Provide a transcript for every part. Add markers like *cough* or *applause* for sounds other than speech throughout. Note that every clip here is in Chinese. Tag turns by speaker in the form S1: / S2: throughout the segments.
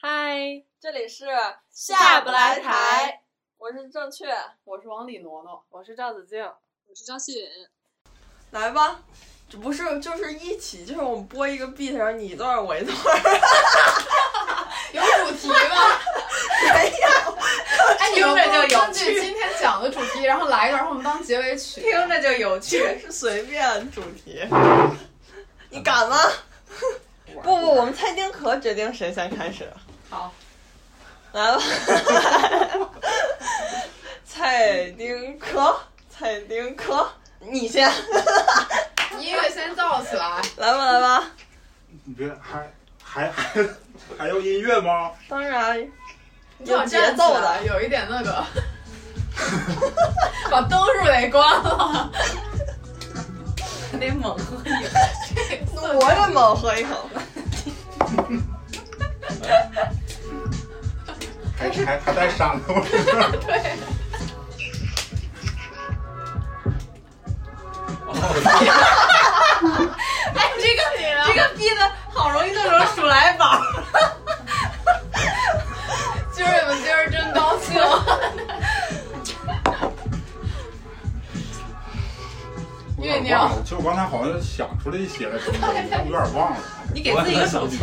S1: 嗨，
S2: 这里是
S1: 下不来台，
S2: 我是正确，我是往里挪挪，
S1: 我是赵子静。
S3: 我是张希允，
S2: 来吧，这不是就是一起，就是我们播一个 beat，然后你一段儿我一段儿，
S4: 有主题 *laughs* 吗？
S2: 没有，
S4: 哎，你们不能根
S1: 听着就有趣
S4: 据今天讲的主题，然后来一段，然后我们当结尾曲。
S1: 听着就有趣。
S2: 是随便主题，你敢吗？不不，我们猜丁壳决定谁先开始。
S4: 好，
S2: 来吧，猜丁壳，猜丁壳，你先 *laughs*
S4: 音乐先造起来。
S2: 来吧来吧，
S5: 你别还还 *laughs* 还还要音乐吗？
S2: 当然
S4: 有节奏的，有一点那个， *laughs* 把灯是不是得关了？
S3: 得猛喝一口。
S2: 我这猛喝一口。
S5: 还还还带闪的吗？对。
S3: *laughs*
S4: 哎，这 *laughs* 个这个逼的
S3: 好容易弄成数来宝，
S4: 今儿你们今儿真高 *laughs* 兴。月亮
S5: 就我刚才好像想出来一些了，有点忘了。
S3: 你给自己一个主题，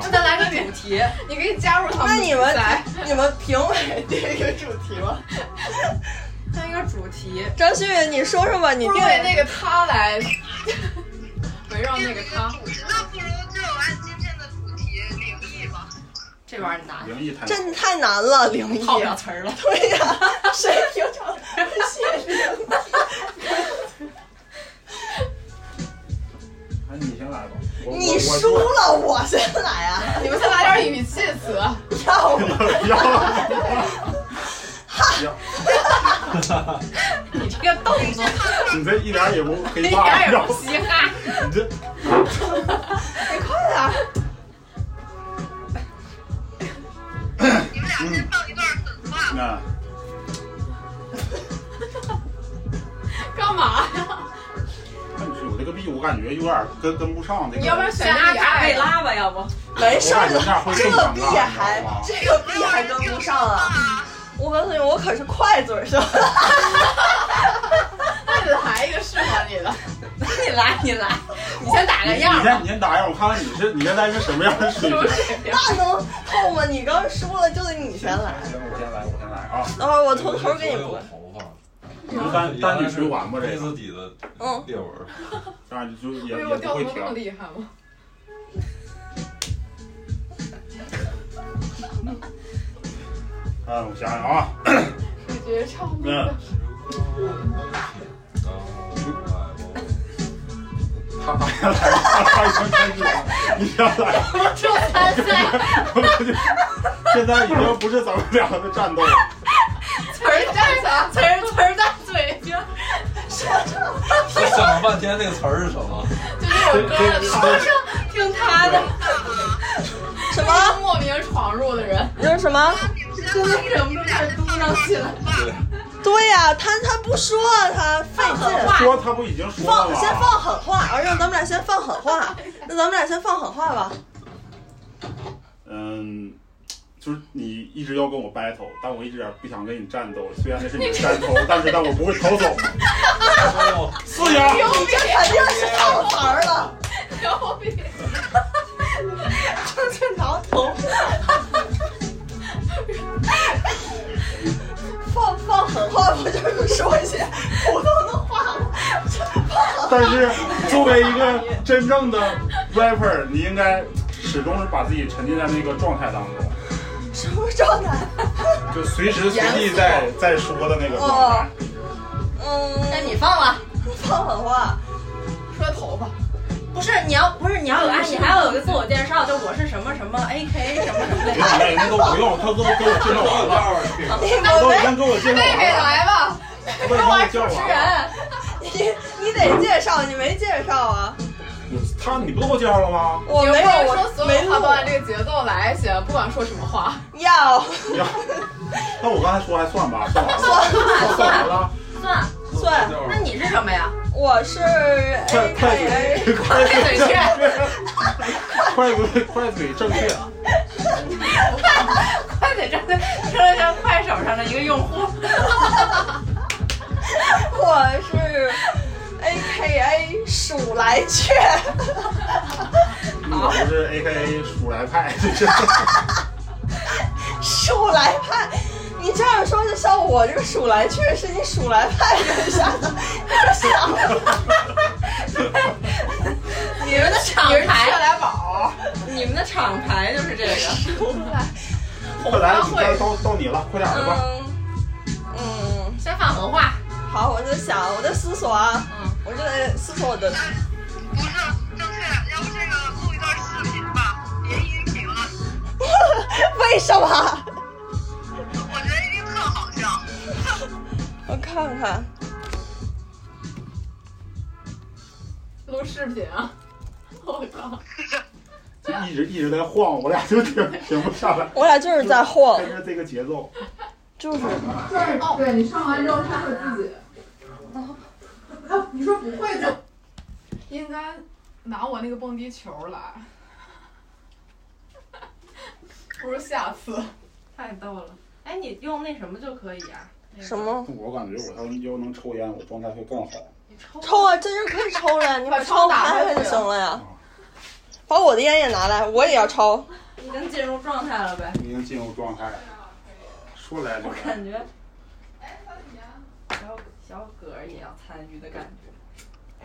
S3: 就咱来个主题。
S4: 你可以加入他
S2: *laughs* 那
S4: 们的
S2: 你
S3: *laughs*
S4: 比
S2: 们
S4: 赛。
S2: 你们评委定
S4: *laughs*
S2: 一个主题吧。
S3: 像一个主题，
S2: 张馨予，你说说吧，你
S4: 不
S2: 定
S4: 如为那个他来，围绕那个他。
S6: 那不如就按今天的主题灵异吧。
S3: 这玩意儿难，
S5: 灵异太
S2: 这太难了，灵异。
S3: 套不了词儿了。
S2: 对呀、
S3: *laughs*
S2: 谁平常不写灵异？
S5: 哎，你先来吧。我
S2: 你输。了，我先来啊！
S4: 你们先来点语气词，
S6: *laughs*
S2: 要
S3: *laughs*
S5: 我
S2: 不
S5: 我要要，
S3: *laughs* 你这个动作，
S5: *laughs* 你这一点也不黑
S3: 一
S5: 怕，
S3: 点
S5: 你
S3: 也
S5: 知道
S3: 不
S5: 吗
S3: 嘻
S4: 啊
S3: 哈。
S5: 你这
S6: 你们俩先放一段损话，
S5: 那
S4: 干嘛呀？
S5: 那你说我这个 B，我感觉有点跟跟不上这个。
S4: 你要不然选
S3: 加
S4: 一个
S3: 加
S4: 爱
S3: 贝
S4: 的，
S3: 拉吧，要不
S2: 没事儿
S5: 我感觉这样
S2: 了
S5: 会，
S2: 这
S5: 更
S2: 个
S5: 尴
S2: 币还
S5: 尬你知道吗
S2: 这个币还跟不上啊！我告诉你，我可是快嘴儿是吧？
S4: 那你来一个适合你
S6: *laughs*
S4: 的。
S3: 你来，你来，你先打个
S5: 你
S3: 样
S5: 你
S3: 儿吧。
S5: 先你先打样，我看看你是你现在是什么样的水平。
S2: *laughs* 那能透吗？你刚输了，就得你先来。
S5: 行，我先来，我先来啊！
S2: 等会儿我哦从头给你播。
S7: 头发，
S5: 你单
S7: 嗯
S5: 单你水管吧，这
S7: 黑
S5: 个
S7: 子底的
S2: 嗯
S7: 裂纹，
S5: 这样就也
S4: 哎
S5: 也
S4: 呦，我
S5: 不
S4: 掉
S5: 会
S4: 头这么
S5: 停。
S4: 厉害吗？
S5: 嗯，我想想啊，
S4: 你觉得唱不
S5: 嗯，他他要来，他已经开始了，你要来，
S4: 出参赛，
S5: *laughs* 现在已经不是咱们俩的战斗了。
S4: 词儿站起来，词儿词儿在嘴边，
S7: 我想了半天那个词儿是什么？
S4: 就这首歌的词儿。
S3: 听他的，
S2: 什么？
S4: 莫名闯入的人，
S2: 你说什么？
S6: 你们先放一段你们俩先放一段损
S4: *laughs*
S6: 话。
S2: 对呀、他他不说他费劲。
S5: 说他不已经说了
S2: 放
S5: 吗？
S2: 先放狠话啊，让咱们俩先放狠 *laughs* 话。那咱们俩先放狠话吧。
S5: 嗯，就是你一直要跟我 battle，但我一点不想跟你战斗。虽然那是你的山头，但是但我不会逃走。四幺，
S2: 你这肯定是套词儿了，
S4: 牛逼！
S2: 正经挠头。放放狠话不就是说一些普通的话吗？
S5: 但是作为一个真正的 rapper，你 *laughs* 应该始终是把自己沉浸在那个状态当中。
S2: 什么状态？
S5: 就随时随地在在说的那个状态。
S2: 嗯，
S3: 那你放了。
S2: 放狠话，
S4: 说头发，
S3: 不是你要不是你要有爱，啊你还要有个自我介绍，就我是什么什么 A K 什么什么的。
S5: 那那都不用，他都给我介绍完了，
S2: 你
S5: 都
S2: 没
S5: 已经给我介
S4: 贝
S5: 绍
S4: 贝
S5: 完了，
S4: 来吧，
S5: 都已经给我介绍
S4: 主持
S5: 完了。
S4: 人，
S2: 你你得介绍，你没介绍啊？
S5: 我他你不都给我介绍了吗？
S2: 我
S4: 你
S2: 没
S4: 们
S2: 有，
S4: 说
S2: 我
S4: 所
S2: 没
S4: 有话
S2: 录
S4: 都按这个节奏来行，不管说什么话。
S2: 要
S5: 呀， *laughs* 那我刚才说还算吧，算完了，算完了，
S3: 算，
S2: 算。
S3: 那你是什么呀？
S2: *laughs* 我是
S5: 快
S2: A
S5: 快
S2: K
S5: 嘴，快
S4: 嘴
S5: 正
S4: 正确，
S5: 确快嘴快嘴正 *laughs* 确，
S3: 快嘴站在站在像快手上的一个用户，
S2: A，我是 A K A 鼠来雀。 *laughs*
S5: 我不是 A K A 鼠来派，
S2: 鼠来派，你这样说就像我这个鼠来雀是你鼠来派人下的， *laughs* 想
S3: *laughs* 你们的厂
S4: 你是
S3: 牌
S4: 特，来宝，
S3: 你们的厂牌就是这个。
S5: 快来，你该到到你了，快点的吧。
S2: 嗯嗯，
S4: 先放文化，
S2: 好，我在想，我在思索啊，我就在思索我的， *laughs*
S6: 不是正确，要不这个录一段视频吧，别音频了，
S2: 为什么？
S6: 我觉得一定特好笑。
S2: 我看看，
S4: 录视频啊！ *laughs* 我靠，
S5: 就一直一直在晃，我俩就停停不下来，
S2: 我俩就是在晃
S5: 跟，着这个节奏。
S2: 就是
S4: 哦对你上完之后他会自己，哦啊你说不会就应该拿我那个蹦迪球来，不是下次。
S3: 太逗了。哎，你用那什么就可以啊？那个
S2: 什？么
S5: 我感觉我要要能抽烟，我状态会更好。
S3: 你抽
S2: 抽啊，这就可以抽了呀，你把抽拍开就行了呀。把我的烟也拿来，我也要抽。
S3: 已经进入状态了呗？
S5: 已经进入状态了，说来就
S3: 我
S5: 来。
S3: 感觉，哎小小葛儿也要参与的感觉，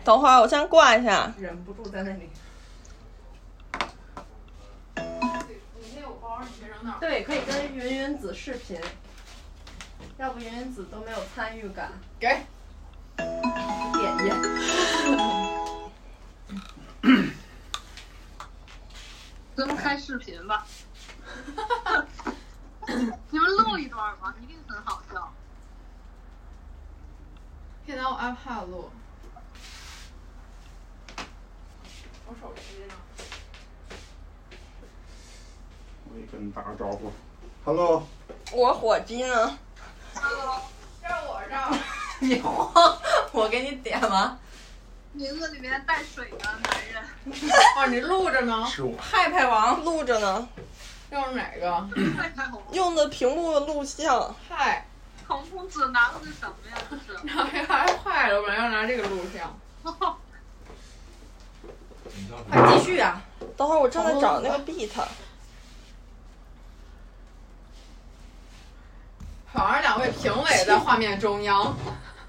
S2: 等会儿我先挂一下。
S3: 忍不住在那里。
S4: 你那有包，你别扔那儿。
S3: 对，可以跟云云子视频，要不云云子都没有参与感。
S4: 给
S3: 点点。
S6: 咱们开视频吧， *coughs* 你们录一段吧，一定很好笑。
S4: 可以拿我 iPad 录。我手机呢？
S5: 我也跟你打个招呼，Hello，
S2: 我火机呢？
S4: 这是我这儿。
S3: 你慌，我给你点完。
S6: 名字里面带水的男人，
S4: *laughs* 哦，你录着呢。
S5: 是我。
S3: 派派王，
S2: 录着呢，
S4: 用哪个？
S6: 太太红，
S2: 用的屏幕录像。
S4: *laughs* 嗨，
S6: 红公子拿的是什么呀？这是。 *laughs*
S4: 拿 iPad 了，本来要拿这个录像。
S7: 你叫什么？
S3: 快继续啊！
S2: 等会儿我正在找那个 beat，
S4: 反而两位评委在画面中央，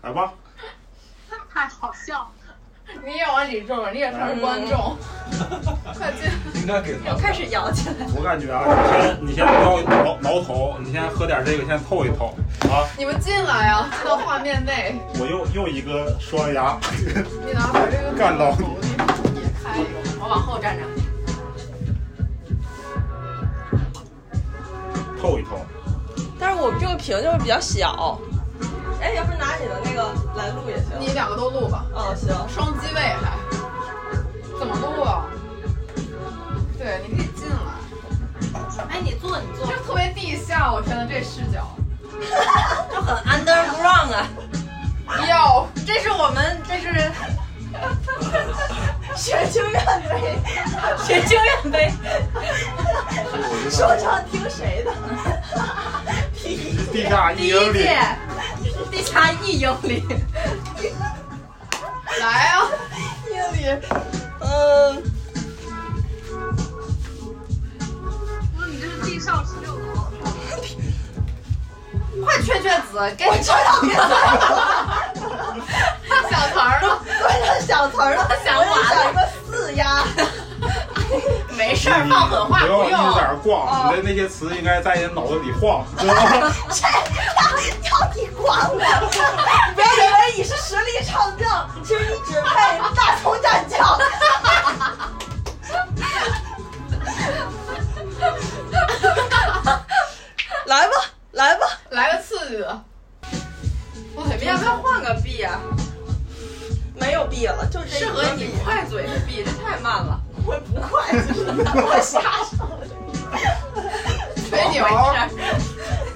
S5: 来吧，
S6: 太好笑了，
S4: *laughs* 你也往里种，你也算是观众。
S7: *laughs*
S4: 快
S2: *laughs*
S4: 进，
S7: 应该给他
S3: 又。开始摇起来。
S5: 我感觉啊，你先你先不要挠挠头，你先喝点这个，先透一透啊。
S4: 你们进来啊，进到画面内。
S5: 我又又一个双牙， *laughs*
S4: 你拿把这个
S5: 干到
S4: 头你也开一个，
S3: 我往后站站。
S5: 透一透。
S2: 但是我这个屏就是比较小。哎，要不拿你的那个来录也行
S4: 你两个都录吧，
S2: 哦， *laughs* 行。
S4: 双机位还怎么录啊？对，你可以进来，
S3: 哎，你坐，你坐
S4: 这，特别地下，我天呐，这视角，
S3: 就很 underground 啊。
S4: 哟，
S3: 这是我们，这是
S2: 学经院杯，
S3: 学经验杯。
S2: 说唱听谁的？
S5: 地下一英里，
S3: 地下一英里，
S4: *laughs* 来啊，
S2: 夜里，嗯，
S6: 不是你这是地上十六楼。
S3: 快劝劝子，该你 *laughs*
S4: 小词儿了，
S2: 我想小词儿了，
S3: 想
S2: 我就
S3: 完
S2: 想
S3: 了
S2: 一个四丫。
S3: 没事儿，放狠话
S5: 不要
S3: 嗯不哦用。
S5: 一直在那逛，你的那些词应该在你脑子里
S3: *laughs*
S5: 晃，知道吗？
S2: 到底管我？你不要以为你是实力唱将，其实你只配大葱蘸酱。来吧，来吧，
S4: 来个刺激的，我怎么
S3: 你要
S4: 样
S3: 不？要换个币啊？
S2: 没有 B 了，就这一
S3: 适合
S2: 个
S3: 你
S2: B
S3: 快嘴的币，这太
S2: 我瞎说的，吹
S3: 哦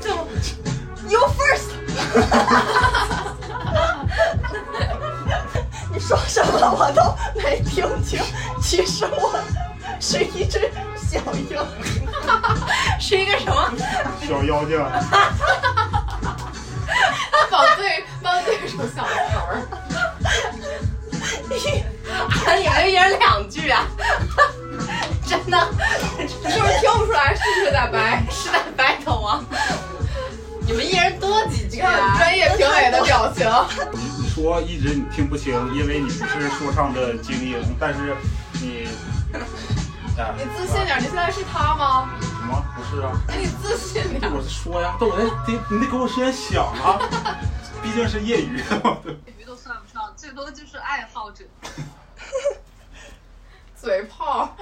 S2: 牛，You first，你说什么我都没听清，其实我是一只小鹰，
S3: 是一个什么？
S5: 小妖精，
S4: 他帮对帮对手想词儿，
S3: 你们一人两句啊？真的，
S4: 就是听不出来是不是在掰。
S3: 是在 battle 吗？你们一人多几句啊？
S4: 专业评委的表情，
S5: 你你说一直你听不清，因为你不是说唱的精英，但是你，哎，
S4: 你自信点，你现在是他吗？
S5: 什么？不是
S3: *laughs*
S5: 啊，
S4: 那你自信点。
S5: 我说呀，但我得得你得给我时间想啊，毕竟是业余。
S6: 鱼都算不上，最多就是爱好者。
S4: 嘴炮，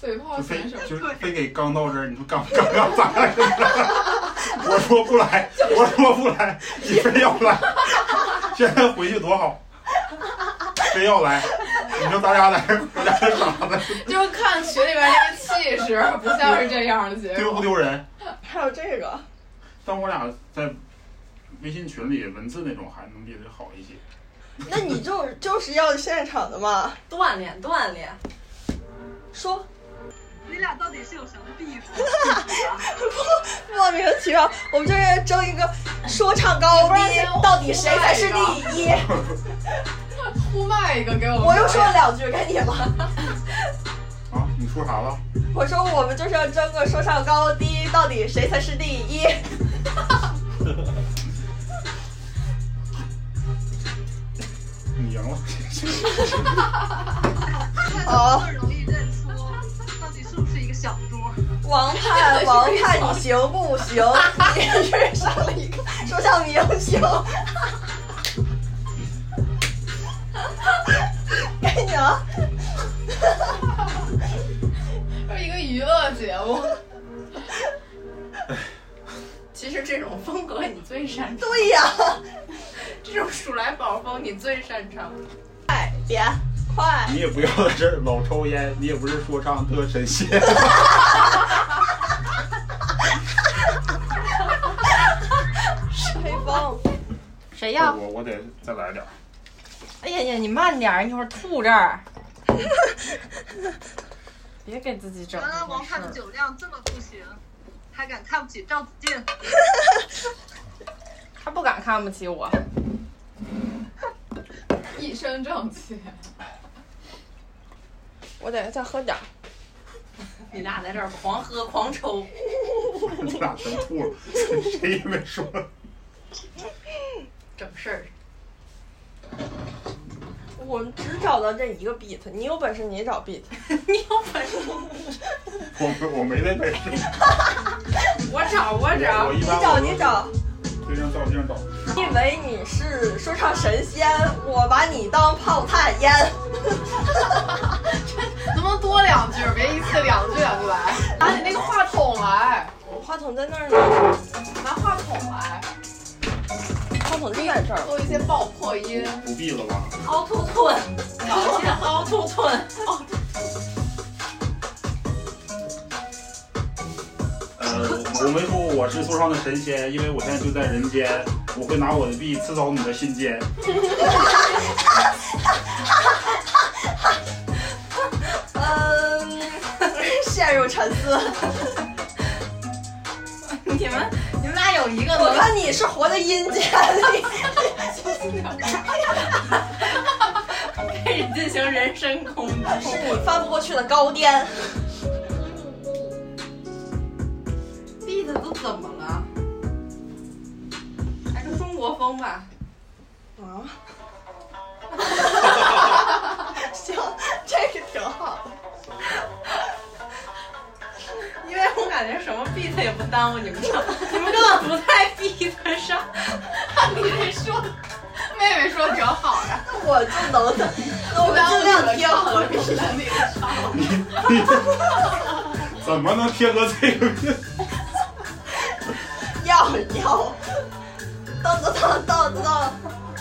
S4: 嘴炮
S5: 就非
S4: 选手，
S5: 就是非给刚到这儿，你说刚刚刚咋干？我说不来，我说不来，你非要来，现在回去多好，非要来，你说咱俩在咱俩是啥的，
S4: 就是看群里边那个气势，不像是这样的结
S5: 丢不
S4: 果。
S5: 丢人？
S2: 还有这个，
S5: 但我俩在微信群里文字那种还能比这好一些。
S2: 那你就就是要现场的嘛，
S3: 锻炼锻炼。
S2: 说 *laughs*
S6: 你俩到底是有什么 beef？
S2: 莫名其妙，我们就是争一个说唱高低，到底谁才是第一？
S4: 呼麦一个给我们，
S2: 我又说了两句，该你了。
S5: 啊，你说啥了？
S2: 我说我们就是要争个说唱高低，到底谁才是第一？
S3: *laughs*
S5: 你赢了，
S2: 好
S6: 更容易认出到底是不是一个小猪。
S2: 王盼，王盼，你行不行？你遇上了一个说唱明星。
S3: 哎
S2: 该你了，
S4: 就是一个娱乐节目，
S3: 其实这种风格你最擅长，
S2: 对呀，
S3: 这种鼠来宝风你最擅长。
S2: 快点，快！
S5: *laughs* 你也不要在这儿老抽烟，你也不是说唱特神仙。
S2: 吹风，
S3: 谁要？
S5: 我我得再来点儿。
S3: 哎呀呀，你慢点儿，一会儿吐这儿。 *laughs* 别给啊自己整
S6: 原来王盼的酒量这么不行，还敢看不起赵子敬。
S3: 他不敢看不起我。
S4: 一身正气。
S2: 我得再喝点儿。
S3: 你俩在这儿狂喝狂抽，
S5: 你俩全吐了， *laughs* 谁也没说。
S3: 整事儿。
S2: 我们只找到这一个 beat，你有本事你找 beat。
S3: *laughs* 你有本事
S5: *laughs* 我没我没那
S2: *laughs*
S5: 本事。
S3: 我找我
S5: 我
S3: 找
S5: 我，一
S2: 你
S5: 般
S2: 找
S5: 我
S2: 你找，
S5: 对象照镜找。
S2: 你以为你是说唱神仙，我把你当炮炭烟。
S4: 能不能多两句？别一次两句两句来，拿你那个话筒来，
S2: 话筒在那儿呢，
S4: 拿话筒来，
S2: 话筒就在这儿。
S4: 做一些爆破音。
S5: 不必了吧？
S3: 凹凸寸，搞一
S4: 啊
S3: 些凹凸寸。
S5: 呃，我没说我是说唱的神仙，因为我现在就在人间，我会拿我的币刺扫你的心间。 *laughs*
S2: 嗯， *laughs* 陷入沉思。
S3: *laughs* 你们你们俩有一个
S2: 我
S3: 能，
S2: 看你是活在阴间里。
S3: 开始进行人身攻击。
S2: 是你翻不过去的高巅。
S3: 弟弟都怎么了？还是中国风吧。
S2: 啊，行，这个挺好的。
S3: 因为我感觉什么 beat 也不耽误你们唱，你们根本不在 beat 上。
S4: 你这说，妹妹说挺好呀，
S2: 我就能的，那我尽量贴合
S4: 你的那个唱。
S5: 你你怎么能贴合这个？
S2: 要要。当当当当当，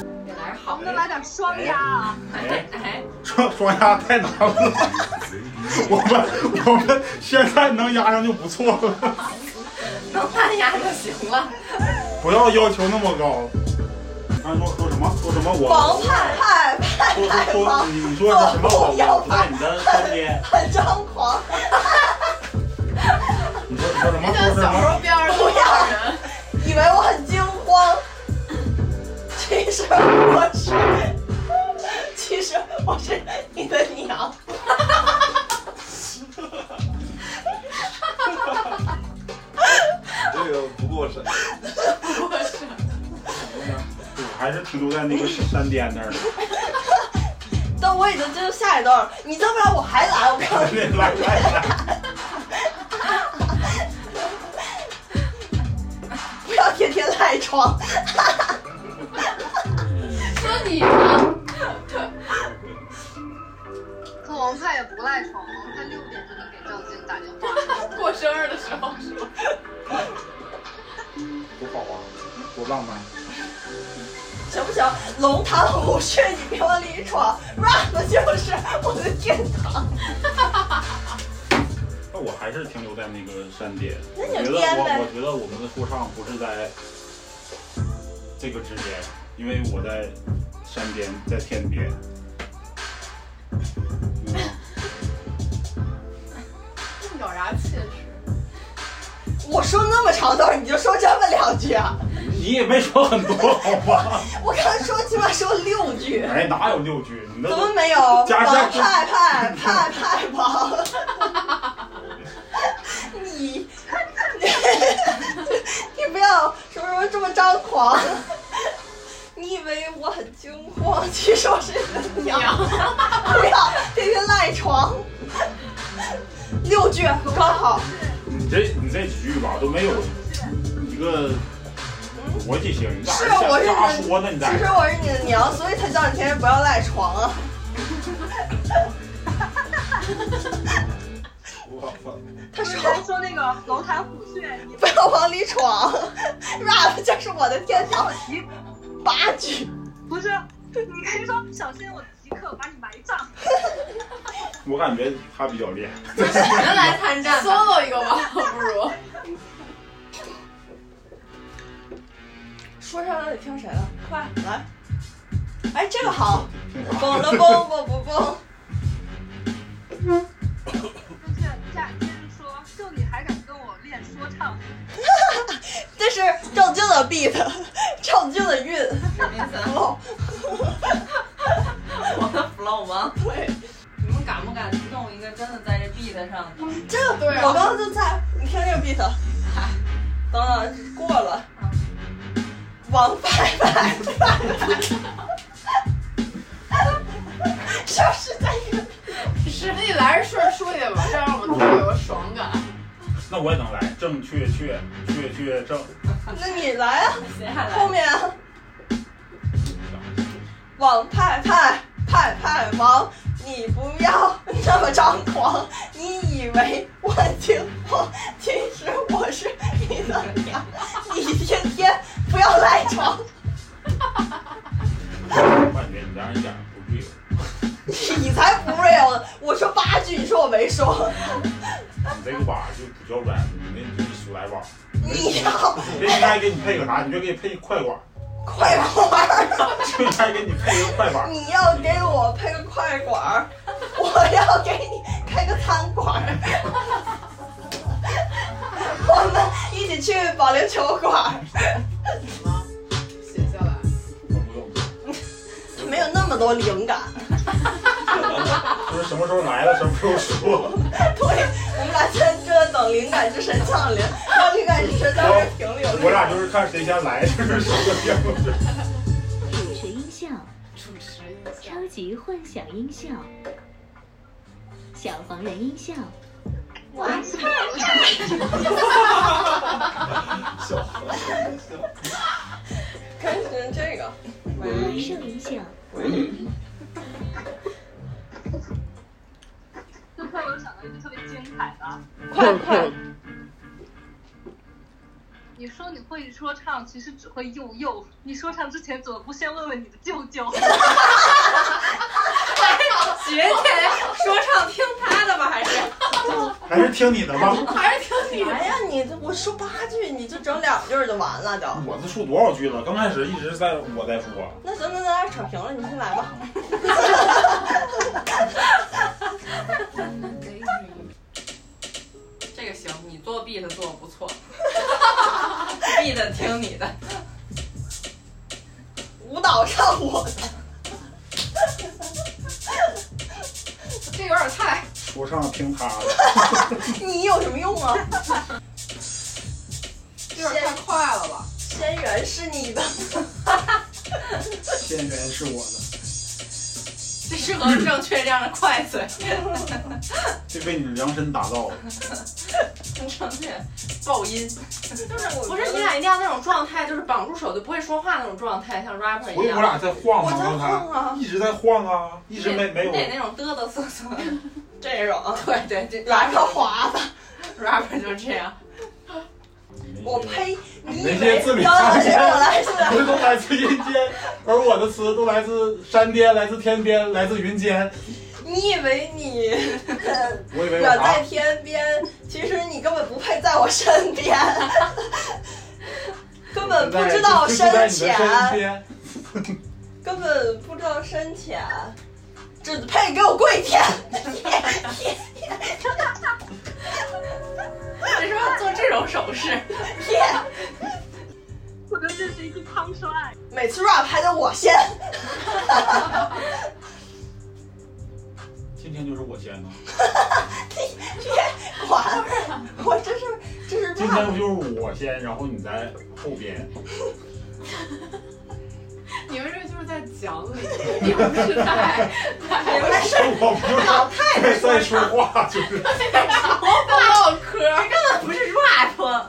S3: 哪儿好
S6: 能不能来点双
S5: 鸭
S2: 啊
S6: 鸭？
S5: 哎，
S3: 哎，
S5: 双双鸭太难了。 *laughs* 我们我们现在能压上就不错了， *laughs*
S3: 能看牙就行了。
S5: 不要要求那么高。刚才说说什么？说什么我？
S2: 王派派派
S5: 说
S2: 派
S5: 说说，
S2: 王，
S5: 你你说是什么？我我不在你的身边。
S2: 很张狂，
S5: 你说说什么？说
S4: 像
S5: 什
S4: 小时
S5: 么？
S4: 候边上都 *laughs* 有人，
S2: *laughs* 以为我很惊慌，其实我是，其实我是你的娘。
S7: *laughs* 这个不过
S2: *laughs*
S7: 审。
S5: 我还是停留在那个山巅那儿了。
S2: 但我已经进入下一段了，你再不来我还来，我告诉你。
S5: 来来来，
S2: 不要天天赖床。 *laughs*
S4: 说你呢？
S8: 可王派也不赖床，王派六点就能给赵晶打电话。
S4: 过生日 *laughs* 的时候是吧？
S5: 多好啊，多浪漫！
S2: 行不行？龙潭虎穴，你别往里闯，rap 就是我的天堂。
S5: 那我还是停留在那个山巅。
S2: 那
S5: 我
S2: 就
S5: 觉得
S2: 颠呗
S5: 我我觉得我们的说唱不是在这个之间，因为我在山巅，在天边。嗯
S4: 有啥 *laughs* 切实？
S2: 我说那么长段，你就说这么两句啊？
S5: 你也没说很多好吗？
S2: 我刚才说起码说六句，
S5: 哎，哪有六句？你那
S2: 怎么没有？王
S5: 加上
S2: 派派派派王， *laughs* 你 *laughs* 你你不要什么什么这么张狂。你以为我很惊慌，其实我是你的娘。不要天天赖床。六句刚好，
S5: 你这你这几句吧都没有一个逻辑性，你咋
S2: 是啊我是
S5: 瞎
S2: 你
S5: 说呢？
S2: 的，
S5: 你
S2: 其实
S5: 咋？
S2: 我是你的娘，所以才叫你天天不要赖床啊。
S7: 我我
S2: 他说
S8: 说那个龙潭虎穴，你
S2: 不要往里闯 *laughs* ，rap 就是我的天堂。八句，
S8: 不是？ *laughs* 你可以说小心我即刻把你埋葬。 *laughs*
S5: 我感觉他比较厉害。
S4: *laughs*
S3: 人来参战吧，
S4: solo 一个吧，不 *laughs* 如
S2: 说上来得听谁了？快来！哎，这个好，蹦了蹦蹦不蹦，
S8: 就是下接着说，就你还敢跟我练说唱？
S2: 这是正经的 beat，正经的韵。哦，
S3: 啊 *laughs* 我的 flow 吗？
S2: 对，
S3: 你们敢不敢弄一个真的在这 beat 上？
S2: 这个
S4: 对啊
S2: 我刚刚就在，你听这个 beat，等等过了。王派派， *laughs* 是不是在一个？
S4: 是那你来着顺说一点吧，这样让我们听着有个爽感。
S5: 那我也能来，正确确确确正。
S2: 那你来啊。
S3: 谁还
S2: 后
S3: 来？
S2: 面王派派派派王，你不要那么张狂，你以为我听我，其实我是你的娘，你天天不要赖床，
S5: 我感觉你这样一点儿不 real。
S2: 你才不 real 呢！我说八句，你说我没说，
S5: 你这个吧就不叫 rap，你那就是数来吧。
S2: 你要
S5: 你这应该给你配个啥？你就给你配快板，
S2: 快管儿，
S5: 就应该给你配个快板。
S2: 你要给我配个快管
S4: *laughs*
S2: 儿，我要给你开个餐馆儿。 *laughs* 我们一起去保龄球馆儿。
S4: 写下来，
S5: 我不用，
S2: *laughs* 没有那么多灵感。 *laughs*
S5: 就是什么时候来了，什么时候说。
S2: *laughs* 对，我们俩在这等灵感之神降临，让灵感之神在这儿停留。
S4: *laughs*
S5: 我俩就是看谁先来，就是什么样子。
S9: 主持音效，
S4: 主持一下。
S9: 超级幻想音效，小黄人音效，
S7: 小何，
S2: 开始这个，
S9: 魔兽音效，
S8: *laughs* 就突然有想到一句特别精彩的，
S2: *laughs* 快快，
S8: 你说你会说唱，其实只会幼幼。你说唱之前怎么不先问问你的舅舅？
S3: 学姐说唱听他的
S5: *laughs* 还是听你的吧。
S4: 还是挺你的。
S2: 哎呀，你这我说八句，你就整两句儿就完了就。
S5: *laughs* 我这说多少句了？刚开始一直在我在说，
S2: 那行，那咱俩扯平了，你先来吧。
S3: 这个行，你做 B 的做的不错，B 的听你的，
S2: 舞蹈上我的，
S4: 这有点太
S5: 说唱听他的。 *laughs*
S2: 你有什么用 *laughs* 啊？
S4: 有点太快了吧？
S2: 仙缘是你的，
S5: 仙缘是我的，
S3: 这适合正确这样的快嘴，
S5: 这为你量身打造的。
S3: 正确爆
S4: *laughs*
S3: 音。
S2: 就是我
S3: 不是你俩一定要那种状态，就是绑住手就不会说话那种状态，像 rapper
S5: 所
S3: 一
S5: 以 *laughs* 我
S3: 样。
S5: 俩在晃
S2: 我
S5: 嘛，
S2: 在
S5: 刚才
S2: 晃啊，
S5: 一直在晃啊，一直没没有
S3: 你得那种嘚嘚瑟瑟的。
S2: 这种
S3: 对对，这
S2: 来个华子，
S3: rapper 就是这样。
S2: 我呸！你
S5: 那
S2: 以
S5: 些
S2: 为
S5: 字里
S2: 刚
S5: 行
S2: 刚
S5: 间
S2: 是我来是吧？
S5: 都来自阴间，而我的词都来自山巅，来自天边，来自云间。
S2: 你以为你
S5: 我以为我
S2: 远在
S5: 啥？
S2: 天边，其实你根本不配在我身边， *laughs* 根本不知道深
S5: 在你的
S2: 浅，
S5: 身边。
S2: 根本不知道深浅，只配给我跪 *laughs* 舔。
S3: 为什么要做这种手势？
S8: 我觉得这是一句康说爱。
S2: 每次 rap 还得我先，
S5: 今天就是我先呢，
S2: 管我这是这是
S5: 今
S2: rap，
S5: 天不就是我先，然后你在后边。
S4: 你们这就是在讲
S3: *laughs*
S4: 理，你们是在
S3: 哎
S2: 你们是
S5: 我不就是在说话，就是
S4: 唠嗑。
S3: 这不是 rap，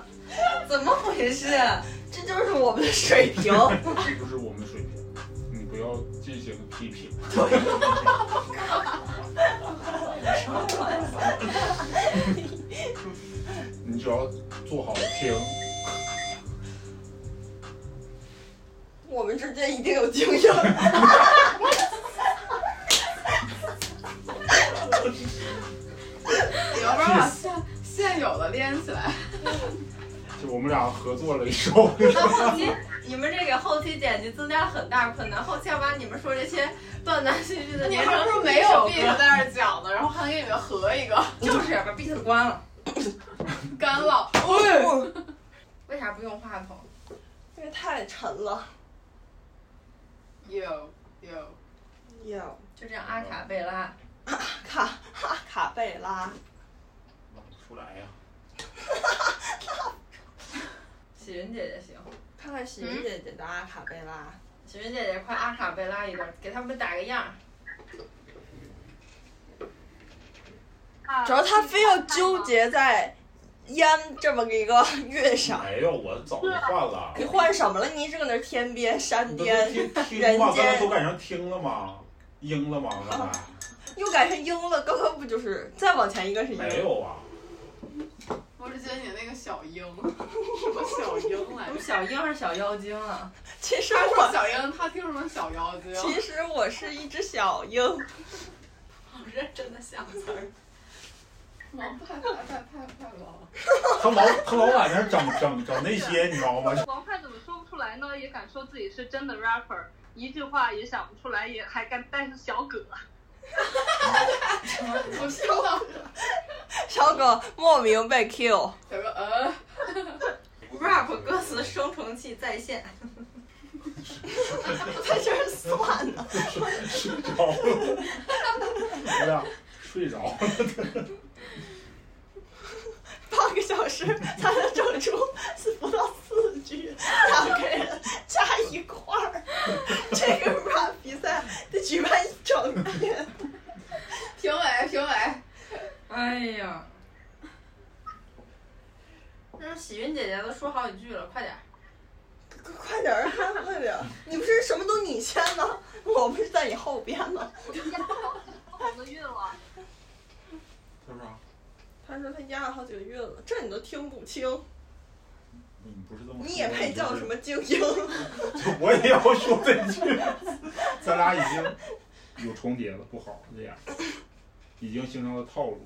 S3: 怎么回事？
S2: 这就是我们的水
S3: *laughs*
S2: 平。
S5: 这就是我们的水平。你不要进行批评。你只要做好听，
S2: 我们之间一定有经营。
S4: 要不然把现 *laughs* 现有的连起来， *laughs*
S5: 就我们俩合作了以后，
S3: 到后期你们这个后期剪辑增加了很大困难，后期要把你们说这些断断续续的
S4: 你
S3: 连
S4: 还
S3: 成
S4: 不如
S3: 一
S4: 没有
S3: 首
S4: B 在
S3: 歌，
S4: 那儿讲呢，然后还给你们合一个
S3: 就是把 beat 关了。
S4: 干唠。
S3: 为啥不用话筒？
S2: 哎因为太沉了。
S4: 有有，
S2: 哟，
S3: 就这样，阿卡贝拉，
S2: 哎卡哈卡贝拉，
S5: 出来呀、
S3: 喜云姐姐行，
S2: 看看喜云姐姐的
S3: 啊
S2: 阿卡贝拉。
S3: 喜云姐姐快阿卡贝拉一段，给他们打个样儿。
S8: 啊
S2: 主要他非要纠结在烟这么一个月上。
S5: 没有，我早就换了。
S2: 你换什么了？你一直搁那儿天边山
S5: 你不
S2: 巅
S5: 是，听听吗？
S2: 人
S5: 刚
S2: 间
S5: 才都赶上听了吗？应了吗？刚才
S2: 又改成鹰了。刚刚不就是再往前一个是
S5: 没
S2: 鹰？
S5: 有啊。
S4: 我只记得你那个小鹰，什么小鹰来
S3: 不
S4: 着
S3: 是？小鹰还是小妖精啊？
S2: 其实
S4: 他说
S2: 我
S4: 小鹰，他听成小妖精。
S2: 其实我是一只小鹰，
S3: 好认真的想词儿。
S4: 王派派派派派王，
S5: 他老他老在那儿整整整那些，你知道吗？
S8: 王派怎么说不出来呢？也敢说自己是真的 rapper，一句话也想不出来，也还敢但是小葛，
S4: 我笑到
S2: 小狗莫名被 Q。
S4: 小哥，呃，
S3: rap 歌词生成器在线，
S2: 在这儿算呢，
S5: 睡着了，我俩睡着 *laughs* 了。
S2: 半个小时才能整出四不到四句，两个人加一块儿，这个 rap 比赛得举办一整天。
S4: 评委评委，
S3: 哎呀，这是喜云姐姐都说好几句了，快点儿。
S2: 快点儿，啊快点儿！你不是什么都你先吗？我不是在你后边吗？
S8: 红的晕了。
S5: 他说啥？
S2: 他说他压了好几个月了，这你都听不清，
S5: 你不是这么说的？
S2: 你也配叫什么精英？
S5: 就是？ *laughs* 我也要说这句，咱俩已经有重叠了，不好这样，已经形成了套路。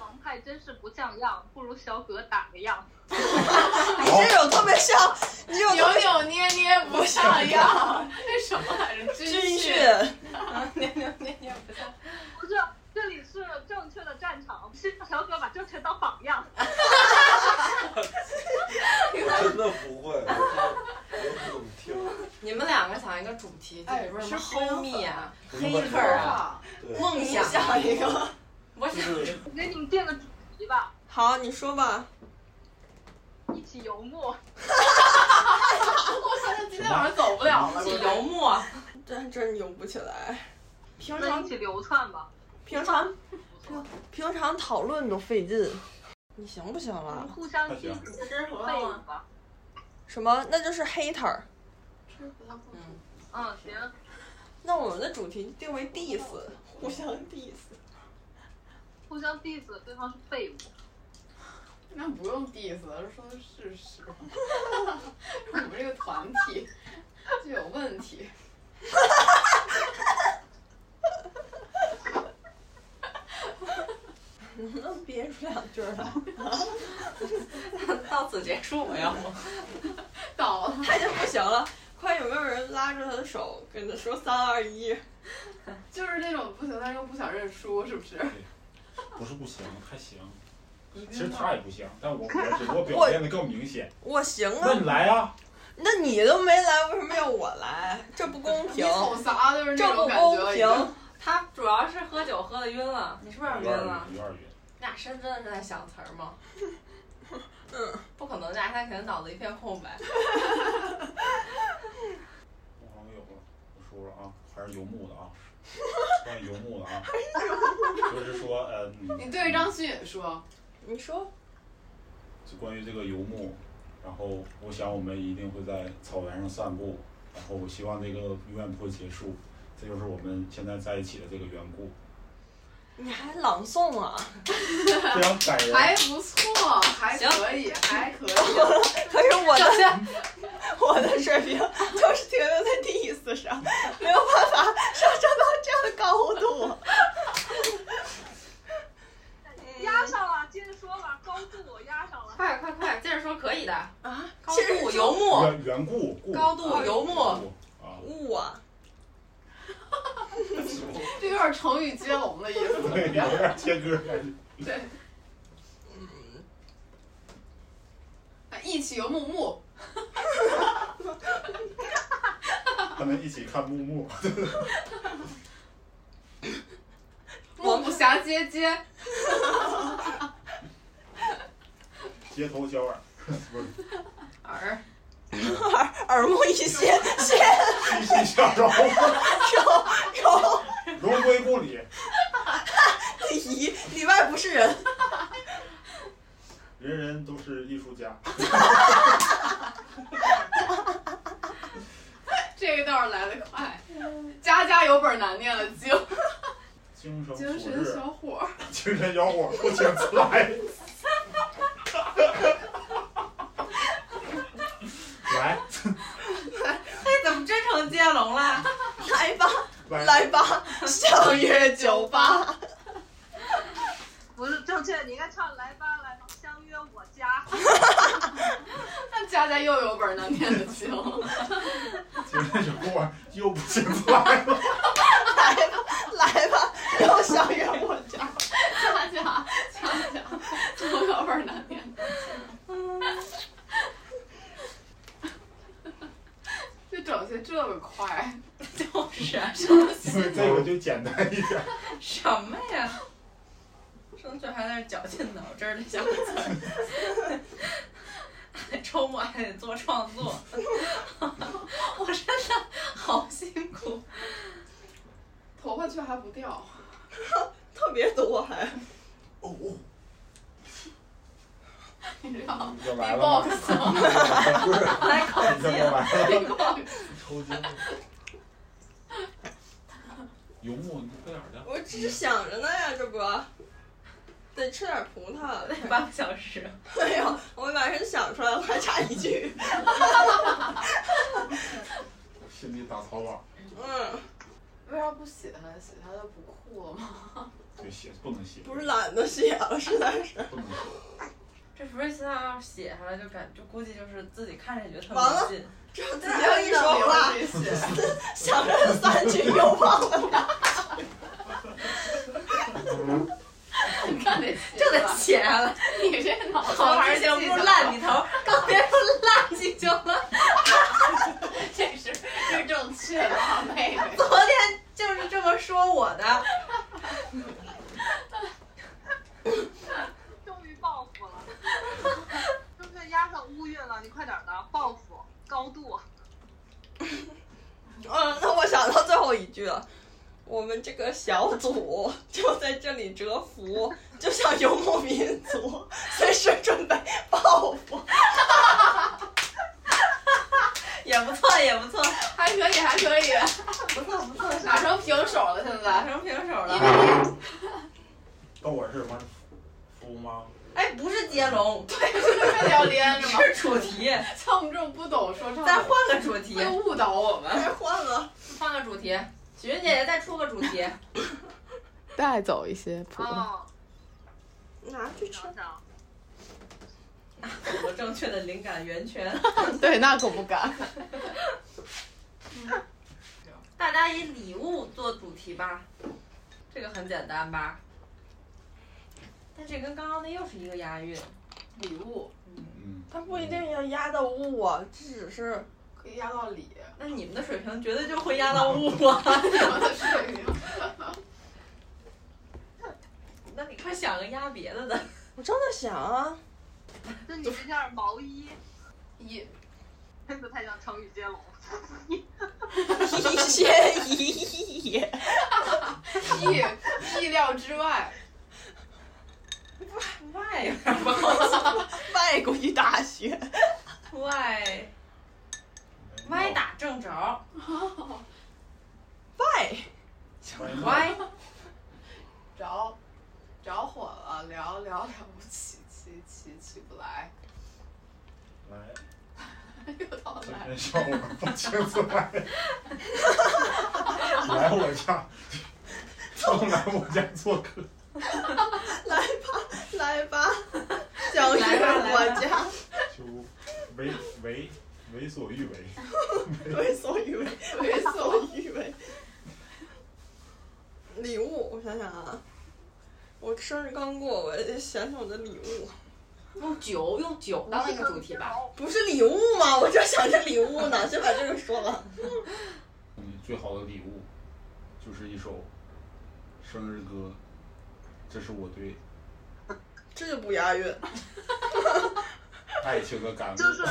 S8: 王态真是不像样，不如小葛打个样。
S2: 你这种特别像，你这种特
S4: 扭
S2: 别
S4: 扭捏捏不像
S3: *laughs*
S4: 样，那什么来着？
S2: 军
S4: 军
S2: 训，
S3: 扭扭捏捏不像。
S8: 不是，这里是正确的战场，是小葛把正确当榜样。
S7: 真的不会，我真的不怎么听。
S1: 你们两个想一个主题，这里边什么
S2: 哎是不是
S1: homie 啊、
S7: 不
S1: 黑
S7: 是
S1: 客啊、
S7: 对，
S1: 梦想啊，
S2: 想一个。
S1: 我想
S7: 就是
S8: 我给你们定个主题吧，
S2: 好，你说吧。
S8: 一起游牧。
S4: 我现在今天晚上走不了了。
S1: 起游牧，
S2: 真真游不起来。平
S8: 那
S2: 常
S8: 一起流窜吧。
S2: 平常平常讨论都费劲，你行不行
S8: 我们
S2: 了？
S8: 互相
S5: 那
S8: 激
S5: 行
S8: 励
S3: 知足
S8: 背
S3: 了吗？
S8: 吧。
S2: 什么？那就是 hater。
S8: 嗯，行，
S2: 那我们的主题定为 diss，互相 diss。
S8: 互相 diss，对方是废物。
S4: 那不用 diss，说事实。 *laughs* 我们这个团体就有问题。
S2: 能不能憋出两句儿来？
S1: 到此结束，我要不
S4: 倒了，
S2: 他已经不行了，快有没有人拉着他的手，跟他说三二一？
S4: 就是那种不行，但是又不想认输，是不是？
S5: 不是不行，还行。其实他也不行，但我我只不过表现的更明显。
S2: 我行
S5: 那
S2: 啊
S5: 你，来啊！
S2: 那你都没来，为什么要我来？这不公
S4: 你
S2: 平，
S4: 瞅啥都是
S2: 这
S4: 那
S2: 不
S4: 种感觉
S2: 公
S4: 了。已
S2: 平
S4: 经。
S1: 他主要是喝酒喝的晕了，你是不是晕
S5: 有点
S1: 了？
S5: 晕，有点晕。
S1: 你俩是真的是在想词儿 *laughs* 吗？
S2: 嗯，
S1: 不可能，你俩现在肯定脑子一片空白。
S5: 我好像有了，我说说啊，还是游牧的啊，关于游牧的啊，就是说呃，
S4: 你对着张馨予说，
S2: 你说
S5: 就关于这个游牧，然后我想我们一定会在草原上散步，然后我希望这个永远不会结束，这就是我们现在在一起的这个缘故，
S2: 你还朗诵啊？
S5: 非常感人。
S4: 还不错，还可以，还可以。
S2: 可是我的我的水平就是停留在第一次上，没有办法上升到这样的高度。
S8: 压上了，接着说吧，高度我压上了。
S1: 快快快，接着说可以的。
S2: 啊，
S1: 高
S2: 其实
S1: 度游牧，
S5: 缘缘故，故
S1: 高度
S5: 啊
S1: 游牧
S5: 故啊，
S2: 物啊，
S4: 这有点成语接龙的意思。
S5: 对，有点切割感觉。
S4: 对。
S2: 嗯
S4: 哎一起游牧牧，
S5: 他们一起看木木，
S4: 目不暇接接，
S5: 街头小耳，不是
S4: 耳
S2: 耳耳目一新，鲜
S5: 西西向荣，
S2: 柔柔
S5: 荣归故里，
S2: 里里外不是人。
S5: 人人都是艺术家。
S4: 这个倒是来得快。家家有本难念的经，
S5: 精神
S4: 精
S5: 所
S4: 神
S5: 至，
S4: 小伙儿。
S5: 精神小伙不请自来。来
S1: 嘿，怎么真成接龙了？
S2: 来吧，
S5: 来
S2: 来吧，相约酒吧。
S8: 不是正确，你应该唱来吧来吧，相约我
S10: *laughs*
S8: 家。
S4: 那家家又有本难念的经，
S5: 精神小伙又不请自来了。
S2: 来吧，来吧，又相约我家。
S4: 家家家家都有本难念的经。就整些这个快，
S1: 就是
S5: 因为这个就简单一点，
S1: 什么呀？生却还在那绞尽脑汁的想词 *laughs* 儿，周末还得做创 *laughs* 作，我真的好辛苦。
S4: 头发却还不掉。
S2: 特别多还，
S4: 你知道吗
S5: 你就来了吗？
S4: ？B-box 吗
S5: 不是，
S2: 啊
S5: 你就来了。
S4: ？B-box
S7: 抽筋了。游牧，你快点儿的。
S2: 我只是想着呢呀，这不得吃点葡萄。 *laughs*
S1: 八个小时，
S2: 哎呦，我马上想出来了，还差一句。
S5: 心里打草稿，
S2: 嗯，
S4: 为啥不写他？写他的不酷了吗？
S5: 对，写不能写，
S2: 不是懒得写了，实在是。
S5: 不能写。
S3: 这 freestyle 要是写下来，就感就估计就是自己看着也觉得特
S2: 完了
S3: 没劲。
S2: 这自己要一说话，想着三句又忘 *laughs* 了俩，
S4: 你看得
S3: 就得写下 *laughs* 来，
S4: 你这脑子
S3: 好玩儿行，不如烂
S4: 你
S3: 笔头儿，刚别说垃圾行了。
S4: 这是这是正确的啊，妹妹。
S3: 昨天就是这么说我的，
S8: 终于报复了，就是压上乌云了，你快点儿的报复高
S10: *laughs*
S8: 度。
S2: 嗯，那我想到最后一句了。我们这个小组就在这里蛰伏，就像游牧民族， *laughs* 随时准备报复。 *laughs*
S3: 也不错，也不错，
S4: 还可以，还可以，
S3: 不错不错，
S8: 嗯
S4: 打成平手了，现
S3: 打
S4: 在。
S3: *laughs* 成平手
S4: 因
S3: 了。
S4: 为
S5: 到我是什么？服吗？
S3: 哎，不是接
S2: *laughs*
S3: 龙，
S4: 这个要连着嘛，
S3: 是主题，
S4: 像我们这种不懂说唱
S3: 再
S4: 的
S3: 换，个主题
S4: 会，误导我们。
S2: 哎，换了，
S3: 换个主题。许云姐姐再出个主
S2: *laughs*
S3: 题，
S11: 带走一些谱。
S4: 啊
S8: 哦，
S2: 拿去吃
S8: 想。想，
S3: 我正确的灵感源泉。
S11: 对，那可不敢。
S3: *laughs* 大家以礼物做主题吧，这个很简单吧？但这跟刚刚那又是一个押韵。
S4: 礼物
S5: 嗯，
S2: 它不一定要压到物啊，这只是
S4: 可以压到礼，
S3: 那你们的水平绝对就会压到物啊！ *laughs*
S4: 我的水平。
S3: 那你快想个押别的的。
S2: 我正在想啊，
S3: *laughs*
S8: 就你这件毛衣，
S4: 一
S8: 真的太像成语接龙。
S2: 一些一也，
S4: 意意料之外，
S3: 外有点不好笑。
S2: *laughs* 外国语大学，
S3: 外歪打正着，
S2: 外
S3: 歪
S4: 着着火了，聊聊聊不起，起起起不来，
S5: 来，
S4: 又到
S5: 这
S4: 来
S5: 边笑我不清楚来，来我家，都来我家做客。
S2: 来吧来吧，
S4: *laughs*
S2: 小雨
S3: 来吧来吧
S2: 我家
S5: 就为为为所欲为，
S2: 为所欲为，为所欲为。礼物，我想想啊，我生日刚过，我想想我的礼物，
S10: 用酒用酒当一个主题吧。
S2: 不是礼物吗？我就想着礼物呢，先把这个说了。
S5: 你最好的礼物就是一首生日歌，这是我对
S2: 这就不押韵，
S5: 爱情的感悟。
S8: 就是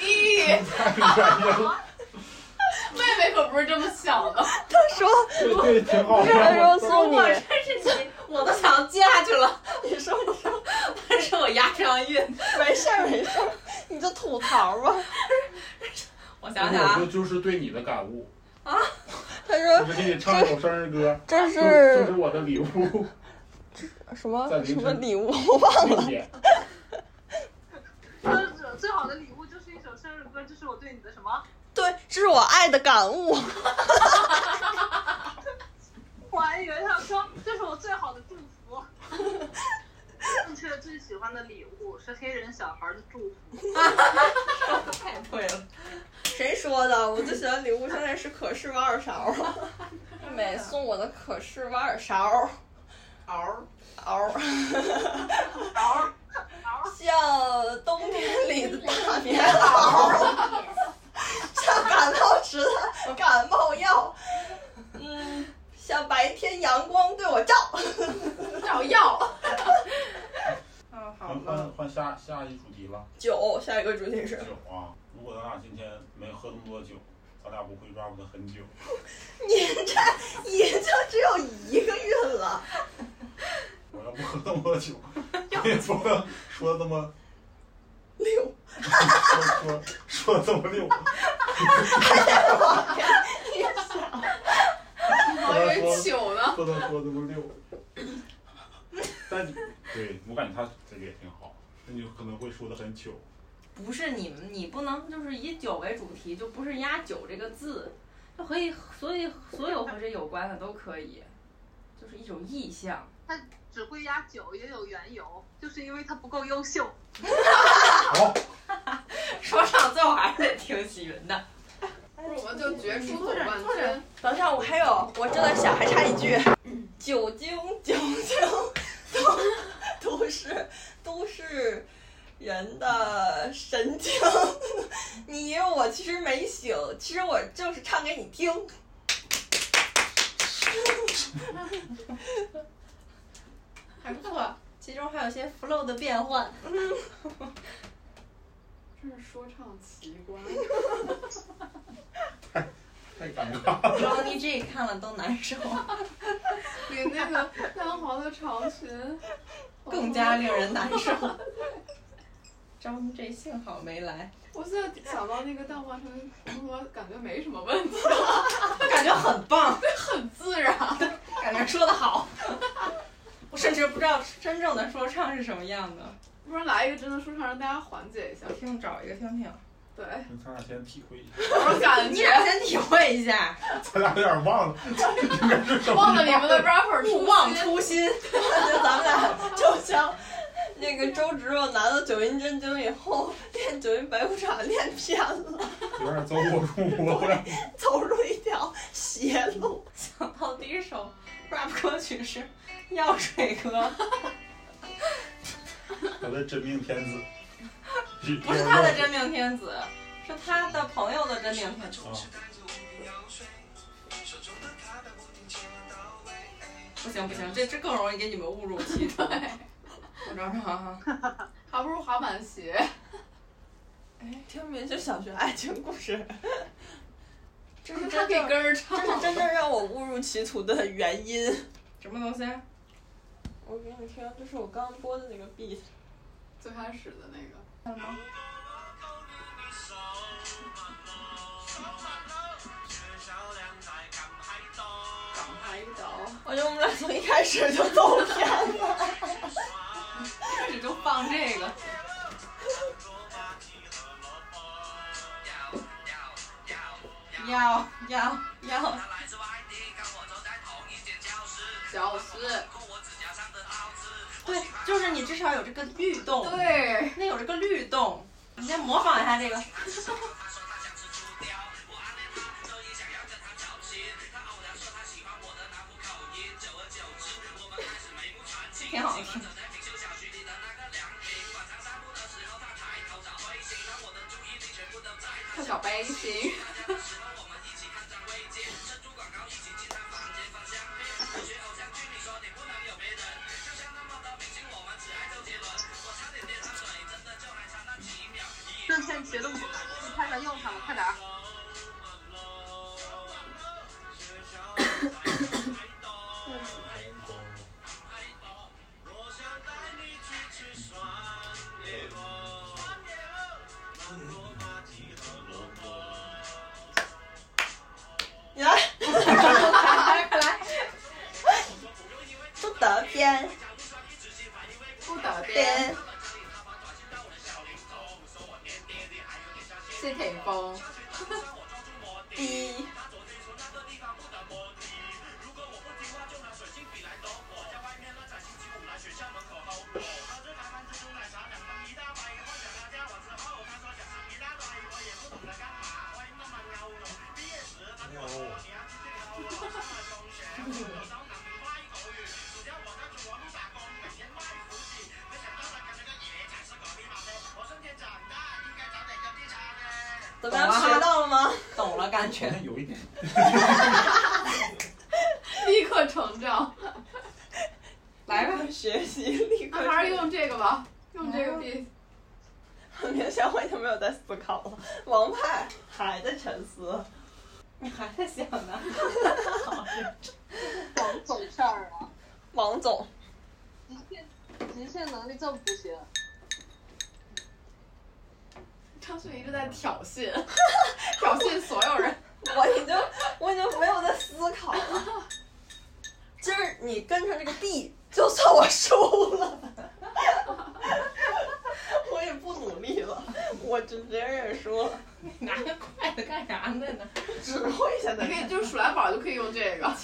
S4: 咦，妹妹可不是这么想
S3: *laughs*
S4: 的，
S5: 对对，挺好
S2: 到时
S5: 的。
S2: 候送你，
S3: 真是你，我都想接下去了。
S2: 你说我说
S3: 但是我押上韵，
S2: 没事儿没事儿，你就吐槽吧。
S3: 我
S5: 我
S3: 想想啊
S5: 说，就是对你的感悟，
S2: 他说
S5: 我就给你唱一首生日歌，
S2: 这
S5: 这这
S2: 是
S5: 是我的礼物，
S2: 什么
S5: 在凌
S2: 什
S5: 晨
S2: 么礼物， *laughs* 我忘了。
S5: 谢谢。
S8: 就是最好的礼物就是一首生日歌，这是我对你的什么
S2: 对，这是我爱的感悟。
S8: 我还以为他说这是我最好的
S10: *laughs*
S8: 祝福。正确最喜欢的礼物是黑人小孩的祝福。
S3: 太对了，
S2: *laughs* 谁说的？我最喜欢礼物现在是可视挖耳勺，妹妹送我的可视挖耳勺， *laughs*
S4: 嗷，
S2: 嗷，
S8: 嗷嗷，
S2: 像冬天里的大 *laughs* 棉袄，像感冒时的感冒药，嗯，像白天阳光对我照。
S4: 找药，
S3: *laughs* 嗯，好
S5: 换
S3: 了
S5: 换。换下下一主题吧。
S2: 酒，下一个主题是
S5: 酒啊，如果咱俩今天没喝那么多酒，咱俩不会 rap 的很久。
S2: 您这也就只有一个韵了，
S5: 我要不喝那么多酒，也不能说那
S4: *laughs*
S5: 么
S2: 六，
S5: 说说说这么
S4: *laughs*
S5: 溜。
S4: 我以为酒呢，
S5: 不能说这么溜。但你对我感觉他这个也挺好，那你可能会说的很久。
S3: 不是你们，你不能就是以酒为主题，就不是压酒这个字，和以所以所有和这有关的都可以，就是一种意向。
S8: 他只会压酒也有缘由，就是因为他不够优秀。
S3: *laughs* 说唱最后还是得听喜云的。
S2: 我们就决出
S4: 总冠军。
S2: 等一下，我还有，我正在想，还差一句，酒精，酒精，都都是都是人的呃神经。 *laughs* 你以为我其实没醒，其实我就是唱给你听。
S3: 还不错，其中还有些 flow 的变换。
S4: 这是说唱奇观。
S5: 太尴尬 *laughs* 了。
S3: Ronnie J 看了都难
S2: *laughs*
S3: 受，
S4: 比那个蛋黄的长裙
S3: 更加令人难受。张 J 幸好没来，
S4: 我现在想到那个蛋黄长裙，我感觉没什么问题，
S3: 感觉很棒，
S4: 很自然。
S3: 感觉说得好。我甚至不知道真正的说唱是什么样的，
S4: 不如来一个真的说唱，让大家缓解一下
S3: 我。听找一个听听。
S4: 对，
S5: 你咱俩先体会一下，
S4: 我感
S3: 你
S4: 觉
S3: 俩先体会一下，
S5: 咱俩有点忘了，应该是什么？
S4: 忘了你们的 rapper
S3: 勿
S4: 初
S3: 忘
S4: 心。
S3: 初心。
S2: 感觉咱们俩就像那个周芷若拿到九阴真经以后，练九阴白骨爪练偏了，
S5: 有点走火入魔了。
S2: 走入一条邪路。
S3: 想 *laughs* 到第一首 rap 歌曲是《药水哥》，
S2: *laughs*
S5: 他的真命天子，
S3: 不是他的真命天子，是他的朋友的真命天子。
S5: 啊，
S3: 不行不行，这这更容易给你们误入歧途。我找找啊，
S4: 还不如滑板鞋。
S2: 哎，听明星小学爱情故事，这是
S4: 他
S2: 真
S4: 给
S2: 正
S4: 根儿唱
S2: 这，是真正让我误入歧途的原因。
S3: 什么东西？啊
S2: 我给你听，这是我刚播的那个 beat。
S4: 最开始的那个，
S3: 看吗？
S4: 港台一刀，
S2: 我觉得我们俩从一开始就走偏了。
S3: *laughs* 开始就放这
S2: *laughs*
S3: 个，要要要，
S4: 小师。
S3: 对，就是你至少有这个律动，
S4: 对，
S3: 那有这个律动。你先模仿一下这个，挺好听。
S4: 看小背心。
S8: 正线截路，你派上用场了，快点儿！
S2: 你来，
S3: 来快来，
S2: 不得边
S4: 不打边，
S2: 边，
S4: 谢霆锋。
S2: 低怎么样？学到了吗？ *laughs*
S3: 懂了感觉。
S5: 有一点，
S4: *laughs* 立刻成长。
S3: 来吧，
S2: 学习立刻
S4: 那。还是用这个吧，用这个 B。
S2: 明显我已经没有在思考了，王派还在沉思。
S3: 你还在想 *laughs* 呢？
S8: 王总事儿啊，
S2: 王总，
S8: 极限极限能力这么不行，
S4: 张学一直在挑 *laughs* 衅，挑衅所有人。
S2: 我已经我已经没有在思考了。今儿你跟上这个 B，就算 *laughs* 我输了，我也不努力了，我只直接认输，
S3: 拿个筷子干啥呢？
S2: 只会现在
S4: *laughs* 你可以就是数来宝就可以用这 *laughs* 个。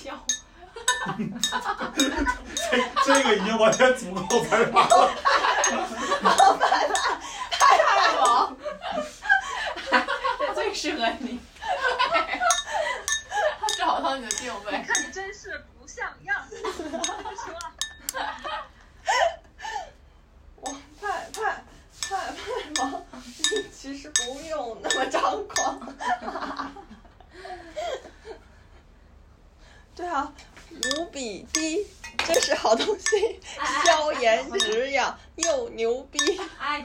S5: 这这个已经完全足够咱俩了。
S2: 太猛，
S3: 这最适合你。
S4: 找到你的定位
S8: 你。看你真是不像样。说了
S2: 我太太太太猛，其实不用那么张狂。对啊，五比低，这是好东西， *laughs* 消炎止痒又牛逼。
S12: 哎，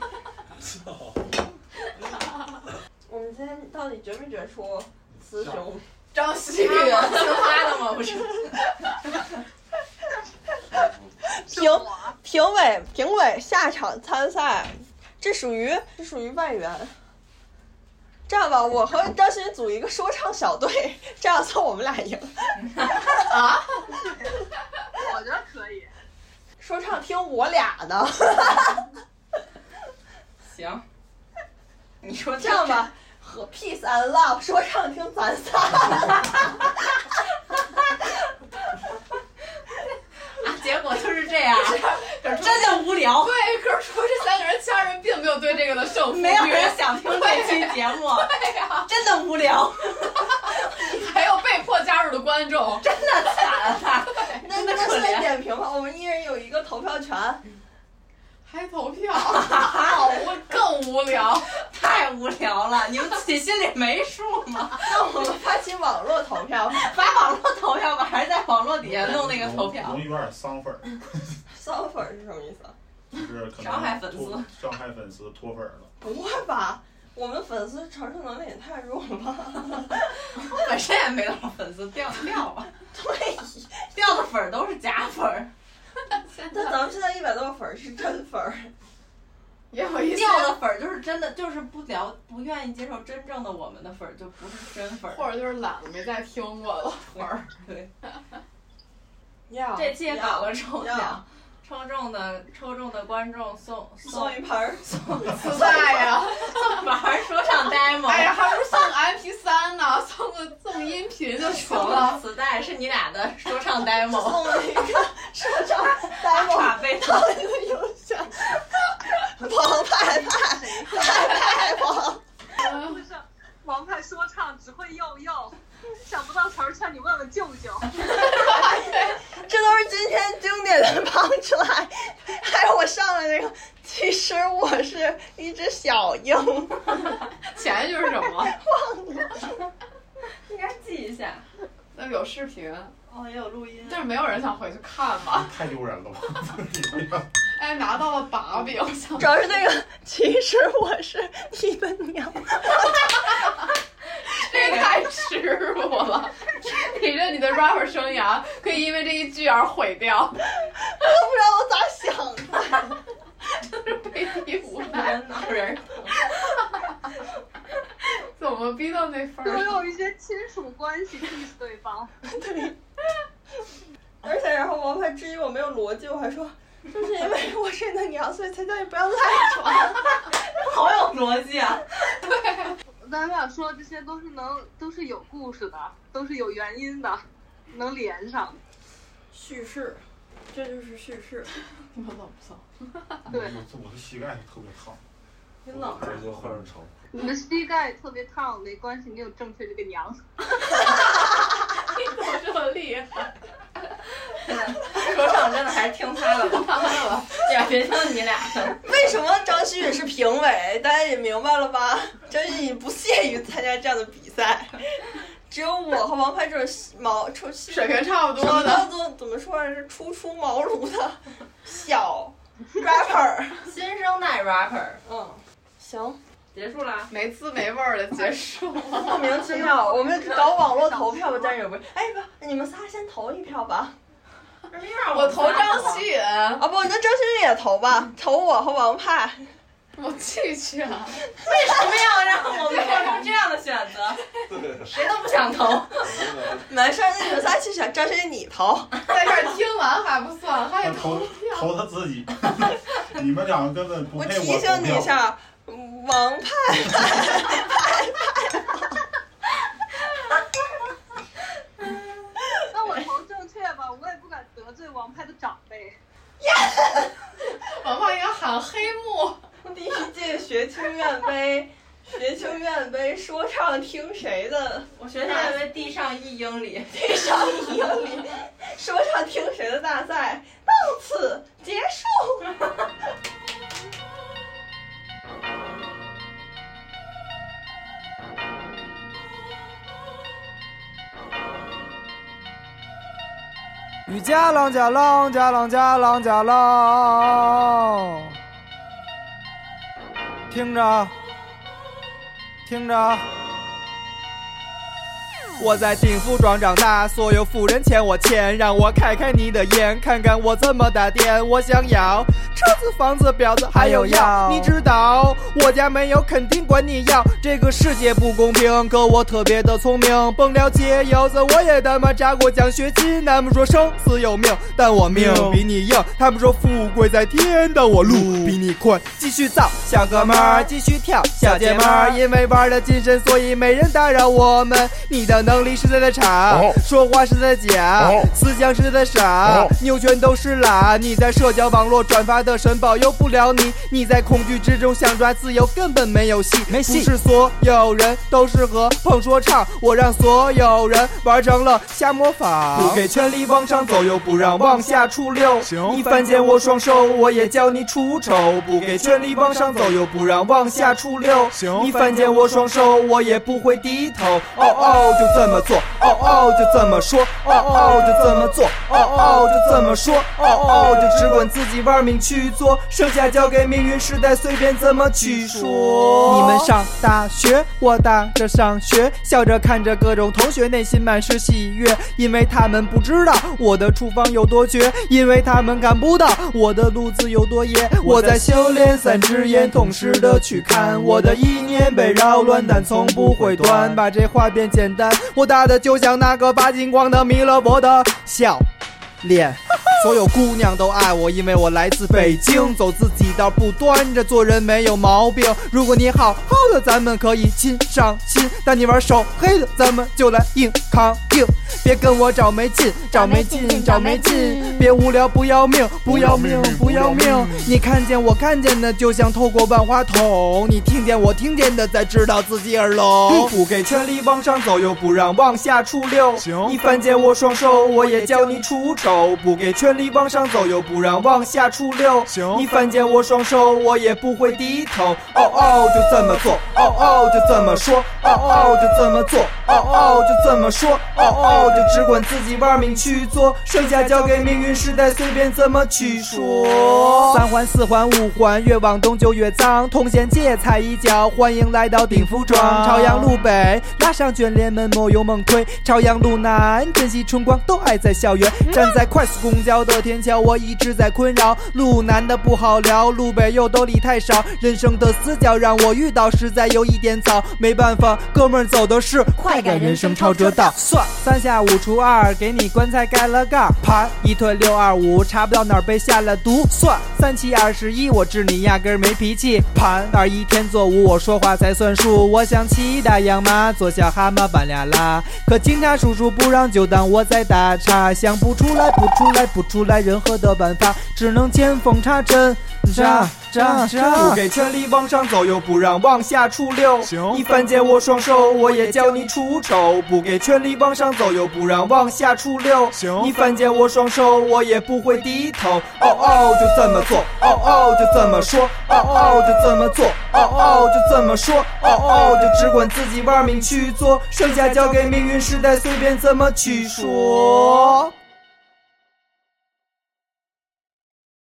S7: 操！
S2: 我们今天到底觉没觉出雌雄？
S12: 张馨予
S3: *laughs*
S12: 自夸的吗？不是，
S2: 评评委评委下场参赛，这属于这属于外援。这样吧，我和张馨予组一个说唱小队，这样算我们俩赢。
S8: 我觉得可以，
S2: 说唱听我俩的，
S3: 行，你说
S2: *laughs* 这样吧，和 peace and love 说唱听咱 *laughs* 仨。
S3: 啊，结果就是 *laughs* 这样，真的无聊，
S4: 对，可是除了这三个人，其他人并没有对这个的胜负欲，
S3: 没有人想听这期节目，
S4: 对呀、
S3: 真的无聊，
S4: 还有被迫加入的观众，
S3: 真的惨啊！
S2: 那那现在点评吧，我们一人有一个投票权。*laughs*
S4: *laughs* 还投票， *laughs* 好无更无聊。
S3: 太无聊了，你们自己心里没数吗？
S2: 那我们发起网络投票吧，
S3: 把网络投票吧，还是在网络底下 *laughs* 弄那个投票
S5: 容？易有点丧粉儿，
S2: *laughs* 骚粉是什么意思啊？
S5: 就是可能
S3: 伤害粉丝
S5: 脱，伤害粉丝脱粉儿了。
S2: 不会吧？我们粉丝承受能力也太弱了吧？ *laughs*
S3: 本身也没多少粉丝，掉就掉吧，
S2: 对呀
S3: 掉的粉儿都是假粉儿，
S2: 但咱们现在一百多个粉儿是真粉儿，
S4: *laughs* 也有一些，
S3: 掉的粉儿就是真的，就是不了不愿意接受真正的我们的粉儿，就不是真粉儿。
S4: 或者就是懒了，没再听过了。
S3: 粉儿对，
S2: 要
S3: 这期也搞
S2: 要
S3: 个抽
S2: 要
S3: 奖，抽中的抽中的观众送
S2: 送一盆儿，
S4: *laughs* 自在 *laughs* 呀，
S3: *laughs* 玩说唱 demo，
S4: 哎呀，还不如送个 MP 3呢，送个 *laughs* 送音频就行了。
S3: 磁带是你俩的说唱 *laughs* demo，
S2: 送了一个 *laughs* 说唱 demo
S3: 卡贝特
S2: 到你的邮箱，王派派派派王，
S8: 不是王派说唱只会又又，想不到词儿劝你问问舅 *laughs* 舅。
S2: 这都是今天经典的 punchline，还有我上来那个，其实我是一只小鹰，
S4: 前一句是什么？
S3: 应该记一下。
S4: 那有视频，
S3: 嗯
S2: 哦，也有录音
S4: 但是没有人想回去看
S3: *laughs*
S4: 吧？
S5: 太丢人了吧！ *laughs*
S4: 哎，拿到了
S3: *laughs*
S4: 把柄，想
S2: 主要是那个，其实我是你的娘。
S4: 这太耻辱了！你这你的 rapper 生涯可以因为这一句而毁掉，
S2: 都不知道我咋想的。
S4: 被逼无奈，
S3: 脑仁
S4: 怎么逼到那份
S8: 有没
S4: 儿？
S8: 有一些亲属关系 diss 对方？
S2: 而且然后王牌质疑我没有逻辑，我还说。就是因为我是你的娘，所以才叫你不要赖床。
S3: 好有逻辑啊！
S8: 咱俩说这些都是能，都是有故事的，都是有原因的，能连上。
S2: 叙事，这就是叙事。
S4: 你们冷不冷？
S8: 对，
S5: 我我的膝盖特别烫，
S2: 你
S3: 啊
S2: 冷
S7: 这就换上愁。
S8: 你的膝盖特别烫，没关系，你有正确这个娘。
S4: 怎么这么厉害？
S3: 嗯说唱真的还是听他的吧，
S4: *laughs*
S3: 也别听你俩的。
S2: 为什么张馨予是评委？大家也明白了吧？ *laughs* 张馨予不屑于参加这样的比赛，只有我和王牌这种毛出
S4: 水平差不
S2: 什
S4: 多
S2: 么叫
S4: 的，
S2: 做怎么说来着？初出茅庐的小 rapper。
S3: 新生代 rapper
S2: 嗯，行，
S3: 结束啦，
S4: 没滋没味儿的结束。
S2: 莫名其妙， *laughs* 我们搞网络投票吧，但是也不是，哎不，你们仨先投一票吧。
S4: 我投张馨予，
S2: 啊不，那张馨予也投吧，投我和王派。
S4: 我拒绝。 *laughs*
S3: 为什么要让
S4: 啊
S3: 我们做出这样的选择？
S7: 对，
S3: 谁都不想投。
S2: *laughs* 没事儿，那你们仨去选，张馨予你投。
S4: 在这儿听完还不算，还得投
S5: 投
S4: 票。
S5: *laughs* 投他自己。你们两个根本不
S2: 我
S5: 配
S2: 提
S5: 投
S2: 醒你一
S5: 票。
S2: 下，王王派派派派。
S8: 那我投正确吧，我也不敢得罪王派的长辈。
S2: 王胖要喊黑幕。第一届学青院杯，学青院杯说唱听谁的？我
S3: 学青院杯地上一英里，
S2: 地上一英里，说唱听谁的大赛到此结束。
S13: 雨加浪加浪加浪加浪加浪，听着，听着。我在顶富庄长大，所有富人欠我钱，让我开开你的眼，看看我怎么打点。我想要车子、房子、婊子，还有药。你知道我家没有，肯定管你要。这个世界不公平，可我特别的聪明，甭了解腰子，我也他妈扎过奖学金。他们说生死有命，但我命比你硬。他们说富贵在天，但我路比你宽。继续造，小哥们儿继续跳，小姐们儿因为玩的谨慎，所以没人打扰我们。你的能力是在的差，说话是在假，思想是在傻，牛全都是拉。你在社交网络转发的神保佑不了你，你在恐惧之中想抓自由，根本没有戏。没戏，不是所有人都适合碰说唱，我让所有人玩成了瞎模仿。不给权力往上走，又不让往下出溜。行，你犯贱我双手，我也教你出丑。不给权力往上走，又不让往下出溜。行，你犯贱我双手，我也不会低头。哦哦，就这么做，哦哦，就这么说，哦哦，就这么做，哦哦，就这么说，哦哦，就只管自己玩命去做，剩下交给命运时代随便怎么去说。你们上大学，我打着上学，笑着看着各种同学，内心满是喜悦，因为他们不知道我的处方有多绝，因为他们感不到我的路子有多野。我在修炼三支烟，同时的去看我的意念被扰乱，但从不会断。把这话变简单，我打的就像那个发金光的弥勒佛的笑脸。所有姑娘都爱我，因为我来自北京，走自己道不端着，做人没有毛病。如果你好好的，咱们可以亲上亲；但你玩手黑的，咱们就来硬扛硬。别跟我找没劲，找没劲，找没劲！别无聊不要命，不要命，不要命！你看见我看见的，就像透过万花筒；你听见我听见的，才知道自己耳聋。不给权力往上走，又不让往下出溜。行，你犯贱我双手，我也教你出丑。不给权力往上走，又不让往下出溜。行，你犯贱我双手，我也不会低头。哦哦，就这么做，哦哦，就这么说，哦哦，就这么做，哦哦，就这么说，哦哦，就只管自己玩命去做，剩下交给命运时代随便怎么去说。三环四环五环，越往东就越脏，通县界踩一脚，欢迎来到鼎福庄。朝阳路北拉上卷帘门，莫忧梦亏；朝阳路南珍惜春光，都爱在校园。站在快速公交的天桥，我一直在困扰。路南的不好聊，路北又都理太少。人生的死角让我遇到，实在有一点早。没办法，哥们儿走的是快感人生超车道。算三下五除二，给你棺材盖了盖儿。盘一退六二五，查不到哪儿被下了毒。算三七二十一，我治你压根儿没脾气。盘二一天作五，我说话才算数。我想骑大洋马，坐小蛤蟆板俩拉。可警察叔叔不让，就当我在打岔。想不出来，不出来，不出来任何的办法，只能见缝插针。扎扎扎！不给权力往上走，又不让往下出溜。行，你犯贱我双手，我也教你出丑。不给权力往上走，又不让往下出溜。行，你犯贱我双手，我也不会低头。哦哦，就这么做，哦哦，就这么说，哦哦，就这么做，哦哦，就这么说，哦哦，就只管自己玩命去做，剩下交给命运时代随便怎么去说。